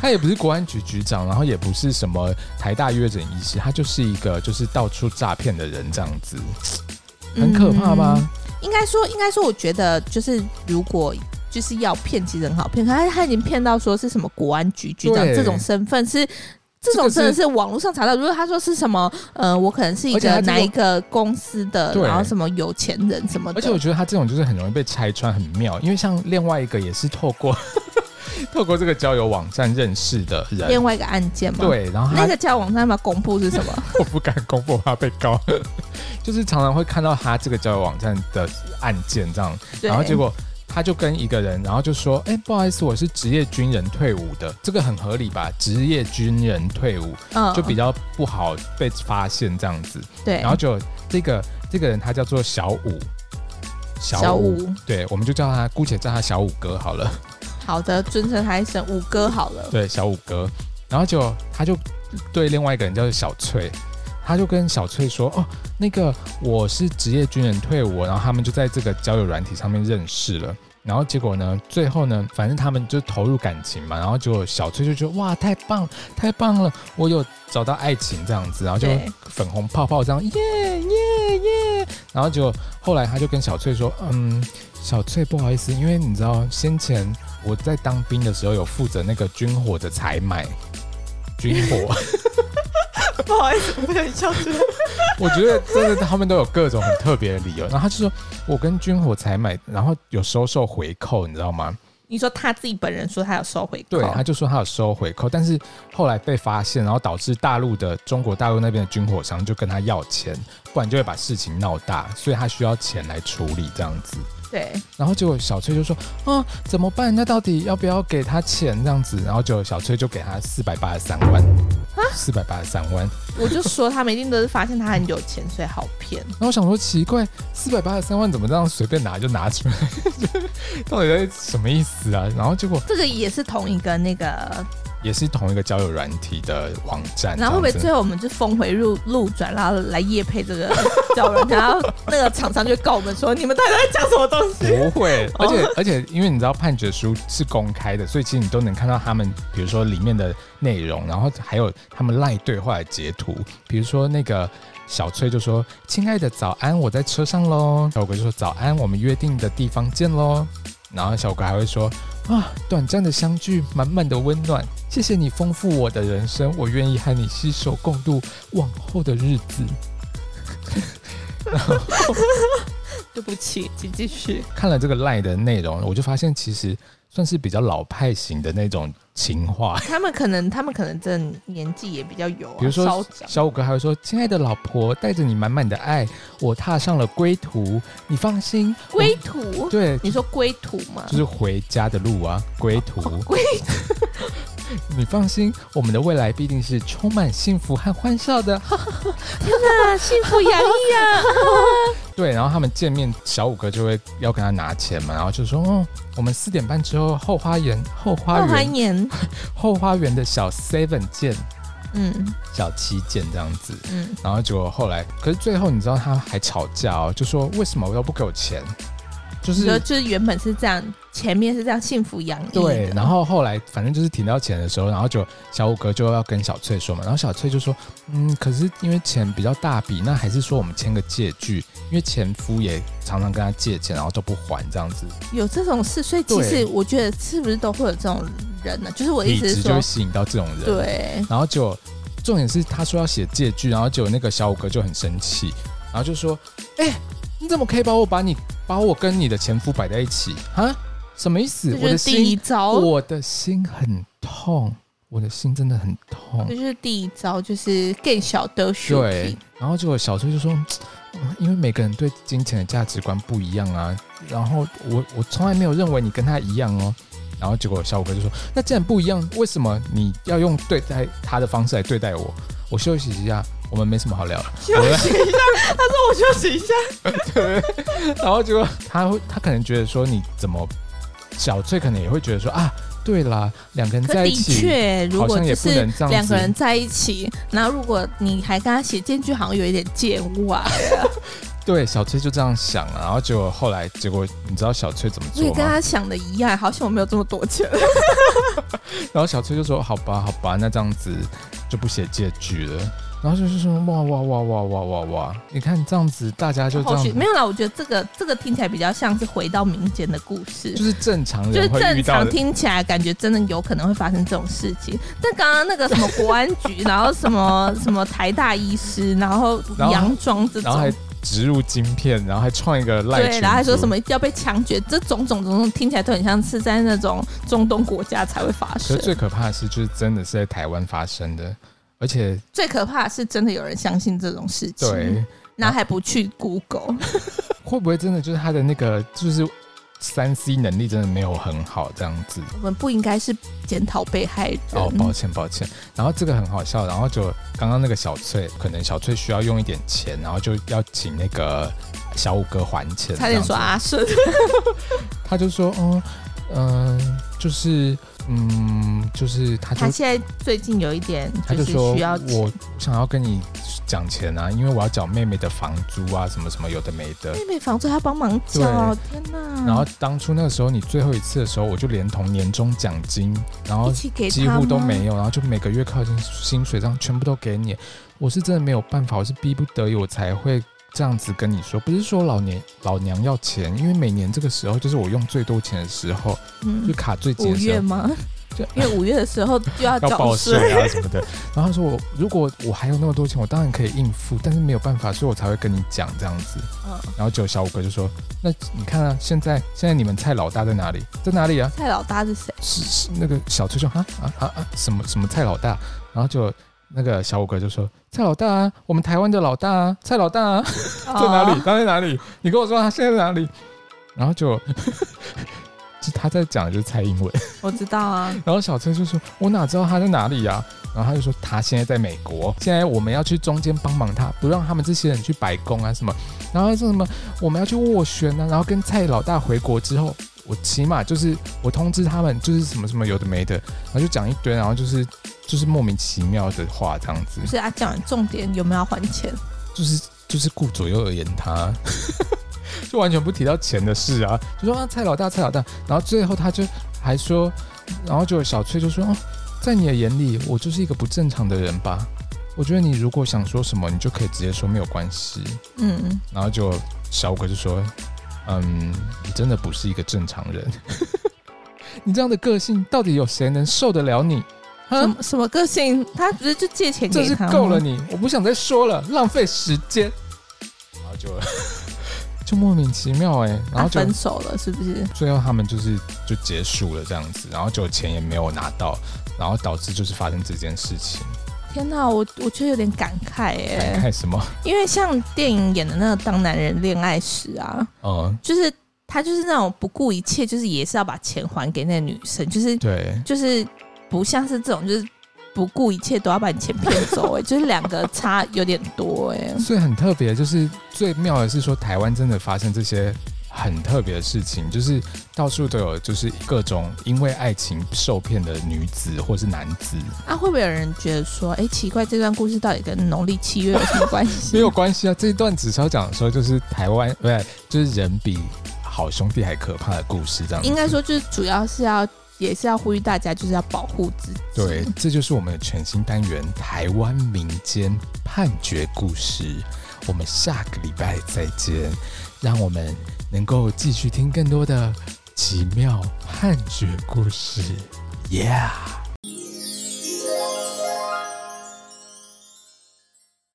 A: 他也不是国安局局长，然后也不是什么台大约诊医师，他就是一个就是到处诈骗的人这样子， 很可怕吧？
B: 嗯应该说，应该说，我觉得就是如果就是要骗，其实很好骗，可是他已经骗到说是什么国安局局长
A: 对
B: 这种身份是。这
A: 这
B: 种
A: 个是
B: 真的是网络上查到，如果他说是什么，呃，我可能是一
A: 而且他
B: 个
A: 这种
B: 哪一个公司的，
A: 对
B: 然后什么有钱人什么的，
A: 而且我觉得他这种就是很容易被拆穿，很妙。因为像另外一个也是透过 透过这个交友网站认识的
B: 另
A: 人，
B: 外一个案件嘛，，
A: 对，然后他
B: 那个交友网站要不要公布是什 么？
A: 我不敢公布，我怕被告。 就是常常会看到他这个交友网站的案件这样，
B: 对
A: 然后结果他就跟一个人，然后就说：“哎、不好意思，我是职业军人退伍的，这个很合理吧？职业军人退伍
B: 嗯
A: 就比较不好被发现这样子。”
B: 对，
A: 然后就这个这个人他叫做小五，小
B: 小
A: 五，
B: 五
A: 对，我们就叫他，姑且叫他小五哥好了，
B: 好的，尊称他一声五哥好了。
A: 对，小五哥。然后就他就对另外一个人叫做小翠，他就跟小翠说：“哦，那个我是职业军人退伍，然后他们就在这个交友软体上面认识了。”然后结果呢？最后呢？反正他们就投入感情嘛。然后结果小翠就觉得哇，太棒，太棒了！我有找到爱情这样子，然后就
B: 对
A: 粉红泡泡这样，耶耶耶！然后就后来他就跟小翠说，嗯，小翠不好意思，因为你知道先前我在当兵的时候有负责那个军火的采买，军火，
B: 不好意思，不小心笑出来。
A: 我觉得真的他们都有各种很特别的理由。然后他就说，我跟军火采买，然后有收受回扣，你知道吗？
B: 你说他自己本人说他有收回扣，
A: 对，他就说他有收回扣，但是后来被发现，然后导致大陆的中国大陆那边的军火商就跟他要钱，不然就会把事情闹大，所以他需要钱来处理这样子。
B: 对
A: 然后结果小翠就说：“啊，怎么办？那到底要不要给他钱这样子？”然后就小翠就给他四百八十三万，四百八十三万。
B: 我就说他们一定都是发现他很有钱，所以好骗。
A: 然后我想说奇怪，四百八十三万怎么这样随便拿就拿出来？ 到底在什么意思啊？然后结果
B: 这个也是同一个那个，
A: 也是同一个交友软体的网站，
B: 然后会不
A: 这样子
B: 会最后我们就峰回路路转，然后来夜配这个 叫人，然后那个厂商就告我们说你们到底在讲什么东西？
A: 不会，哦而且而且，因为你知道判决书是公开的，所以其实你都能看到他们，比如说里面的内容，然后还有他们赖对话的截图，比如说那个。小翠就说：“亲爱的，早安，我在车上喽。”小鬼就说：“早安，我们约定的地方见喽。”然后小鬼还会说：“啊，短暂的相聚，满满的温暖，谢谢你丰富我的人生，我愿意和你携手共度往后的日子。”
B: 对不起，请继续。
A: 看了这个赖的内容，我就发现其实算是比较老派型的那种情话。
B: 他们可能他们可能这年纪也比较有、啊，
A: 比如
B: 稍
A: 说，
B: 长
A: 小五哥还会说：“亲爱的老婆，带着你满满的爱，我踏上了归途。你放心，我
B: 归途，
A: 对，
B: 你说归途吗？
A: 就是回家的路啊，归途。
B: 哦归
A: 你放心，我们的未来必定是充满幸福和欢笑的。
B: 啊，幸福洋溢啊！
A: 对，然后他们见面，小五哥就会要跟他拿钱嘛，然后就说：‘哦，我们四点半之后后花园后花
B: 后花
A: 园
B: 年，
A: 后花园的小 seven 见，
B: 嗯
A: 小七见这样子。’
B: 嗯，
A: 然后结果后来，可是最后你知道他还吵架哦，就说为什么我都不给我钱，就
B: 你说
A: 是
B: 就是原本是这样前面是这样幸福洋溢的，
A: 对，然后后来反正就是停到钱的时候，然后就小五哥就要跟小翠说嘛，然后小翠就说，嗯，可是因为钱比较大笔，那还是说我们签个借据，因为前夫也常常跟他借钱，然后都不还这样子，
B: 有这种事，所以其
A: 对
B: 实我觉得是不是都会有这种人呢、就是我的意
A: 理
B: 思
A: 直
B: 是
A: 就
B: 说
A: 会，吸引到这种人，，
B: 对，
A: 然后就重点是他说要写借据，然后结果那个小五哥就很生气，然后就说，哎、你怎么可以把我把你把我跟你的前夫摆在一起啊？什么意思？
B: 这
A: 我
B: 就
A: 的
B: 是第一
A: 心，
B: 招，
A: 我的心很痛，我的心真的很痛
B: 这。就是第一招，就是更小的输
A: 对，然后结果小崔就说，嗯因为每个人对金钱的价值观不一样啊，然后我我从来没有认为你跟他一样哦。然后结果小五哥就说，那既然不一样，为什么你要用对待他的方式来对待我？我休息一下，我们没什么好聊了。
B: 休息一下，他说我休息一 下，
A: 然后结果他会他可能觉得说你怎么，小翠可能也会觉得说啊，对啦，两个人
B: 可
A: 在一
B: 的
A: 起。
B: 确，如
A: 好
B: 果
A: 像也
B: 就
A: 不
B: 是
A: 能这样
B: 两
A: 子
B: 个，人在一起，然后如果你还跟他写进去，好像有一点啊见外。
A: 对小翠就这样想啊，然后结果后来结果你知道小翠怎么
B: 所
A: 做
B: 以
A: 吗？
B: 跟他想的一样，好像我没有这么多钱。
A: 然后小崔就说：“好吧，好吧，那这样子就不写借据了。”然后就是说：“哇哇哇哇哇哇哇！你看这样子，大家就这
B: 后
A: 样
B: 续没
A: 子，
B: 有啦，我觉得这个这个听起来比较像是回到民间的故事，
A: 就是正常
B: 就是
A: 人会遇到
B: 正常
A: 的。
B: 听起来感觉真的有可能会发生这种事情。但刚刚那个什么国安 局，然后什么什么台大医师，然后
A: 然后
B: 洋装这
A: 然后还
B: 种，
A: 植入晶片，然后还创一个赖群
B: 对，
A: 组，
B: 然后还说什么要被枪决，这种种种种听起来都很像是在那种中东国家才会发
A: 可
B: 生
A: 是。最可怕的是，就是真的是在台湾发生的，而且
B: 最可怕的是真的有人相信这种事情，
A: 对，
B: 然后还不去 Google，
A: 会不会真的就是他的那个就是三 C 能力真的没有很好这样子？
B: 我们不应该是检讨被害人。
A: 哦，抱歉抱歉。然后这个很好笑，然后就刚刚那个小翠，可能小翠需要用一点钱，然后就要请那个小五哥还钱，
B: 差点说
A: 啊，
B: 阿顺，
A: 他就说，嗯嗯、就是嗯，就是他就
B: 他现在最近有一点
A: 他就是说
B: 需要
A: 我想要跟你讲钱啊，因为我要缴妹妹的房租啊，什么什么有的没的。
B: 妹妹房租他帮忙交，天哪！
A: 然后当初那个时候，你最后一次的时候，我就连同年终奖金，然后
B: 一起给他
A: 几乎都
B: 吗
A: 没有，然后就每个月靠近薪水上全部都给你。我是真的没有办法，我是逼不得已，我才会这样子跟你说。不是说老年老娘要钱，因为每年这个时候就是我用最多钱的时候，就
B: 嗯，
A: 卡最紧
B: 五
A: 的时
B: 月
A: 候，
B: 吗？
A: 就
B: 因为五月的时候又要
A: 要
B: 缴
A: 报
B: 税，
A: 税啊什么的。然后他说我如果我还有那么多钱，我当然可以应付，但是没有办法，所以我才会跟你讲这样子。
B: 嗯，
A: 然后结果小五哥就说：“那你看啊，现在现在你们蔡老大在哪里？在哪里啊？”
B: 蔡老大是谁？
A: 是是那个小崔就啊啊啊啊什么什么蔡老大，然后就那个小五哥就说蔡老大啊，我们台湾的老大啊，蔡老大啊，
B: 在
A: 在哪里？？他在哪里？你跟我说他现在在哪里？然后就 就他在讲的就是蔡英文，
B: 我知道啊，
A: 然后小崔就说我哪知道他在哪里呀、然后他就说他现在在美国，现在我们要去中间帮忙他，不让他们这些人去白宫啊什么，然后他说什么我们要去斡旋啊，然后跟蔡老大回国之后，我起码就是我通知他们就是什么什么有的没的，然后就讲一堆，然后就是就是莫名其妙的话这样子
B: 不，是啊，讲重点有没有要还钱？
A: 就是就是顾左右而言他， 就完全不提到钱的事啊，就说啊蔡老大蔡老大，然后最后他就还说，然后就小翠就说哦，在你的眼里我就是一个不正常的人吧，我觉得你如果想说什么，你就可以直接说没有关系，
B: 嗯，
A: 然后就小五哥就说：“嗯，你真的不是一个正常人， 你这样的个性到底有谁能受得了你？
B: 什
A: 啊，
B: 么什么个性？他不是就借钱
A: 这
B: 给
A: 是
B: 他吗
A: 够了你，我不想再说了，浪费时间。”然后就 就莫名其妙哎、然
B: 啊
A: 后就
B: 分手了是不是？
A: 最后他们就是就结束了这样子，然后就钱也没有拿到，然后导致就是发生这件事情。
B: 天哪，我我觉得有点感慨耶、
A: 感慨什么？
B: 因为像电影演的那个《当男人恋爱时》啊，
A: 嗯，
B: 就是他就是那种不顾一切，就是也是要把钱还给那女生，就是
A: 对。
B: 就是不像是这种就是不顾一切都要把你钱骗走、 哎，就是两个差有点多哎、
A: 所以很特别，就是最妙的是说，台湾真的发生这些很特别的事情，就是到处都有，就是各种因为爱情受骗的女子或是男子，
B: 啊，会不会有人觉得说，哎、奇怪，这段故事到底跟农历七月有什么关系？
A: 没有关系啊。这一段只是要讲说，就是台湾，不对，就是人比好兄弟还可怕的故事，这样子
B: 应该说就是主要是要也是要呼吁大家，就是要保护自己。
A: 对，这就是我们的全新单元《台湾民间判决故事》，我们下个礼拜再见，让我们能够继续听更多的奇妙判决故事，Yeah。